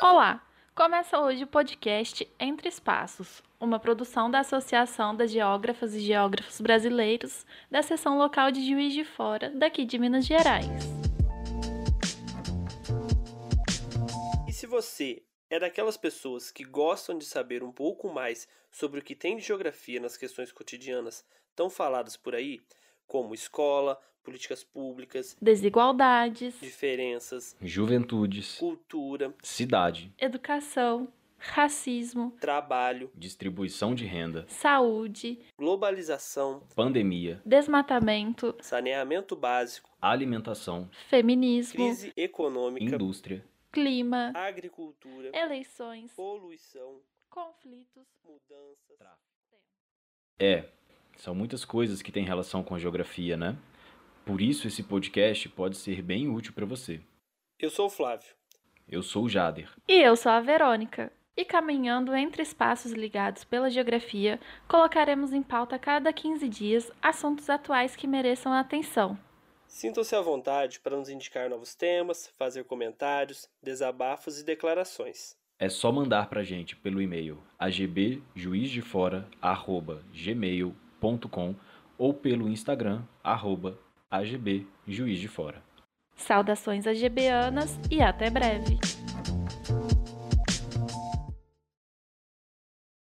Olá! Começa hoje o podcast Entre Espaços, uma produção da Associação das Geógrafas e Geógrafos Brasileiros da seção local de Juiz de Fora, daqui de Minas Gerais. E se você é daquelas pessoas que gostam de saber um pouco mais sobre o que tem de geografia nas questões cotidianas tão faladas por aí, como escola, políticas públicas, Desigualdades, diferenças, juventudes, cultura, cidade, educação, racismo, trabalho, distribuição de renda, saúde, globalização, pandemia, desmatamento, saneamento básico, alimentação, feminismo, crise econômica, indústria, clima, agricultura, É. eleições, poluição, conflitos. mudanças. É, são muitas coisas que têm relação com a geografia, né? Por isso esse podcast pode ser bem útil para você. Eu sou o Flávio. Eu sou o Jader. E eu sou a Verônica. E caminhando entre espaços ligados pela geografia, colocaremos em pauta a cada 15 dias assuntos atuais que mereçam atenção. Sintam-se à vontade para nos indicar novos temas, fazer comentários, desabafos e declarações. É só mandar pra gente pelo e-mail agbjuizdefora@gmail.com ou pelo Instagram arroba agbjuizdefora. Saudações agebeanas e até breve!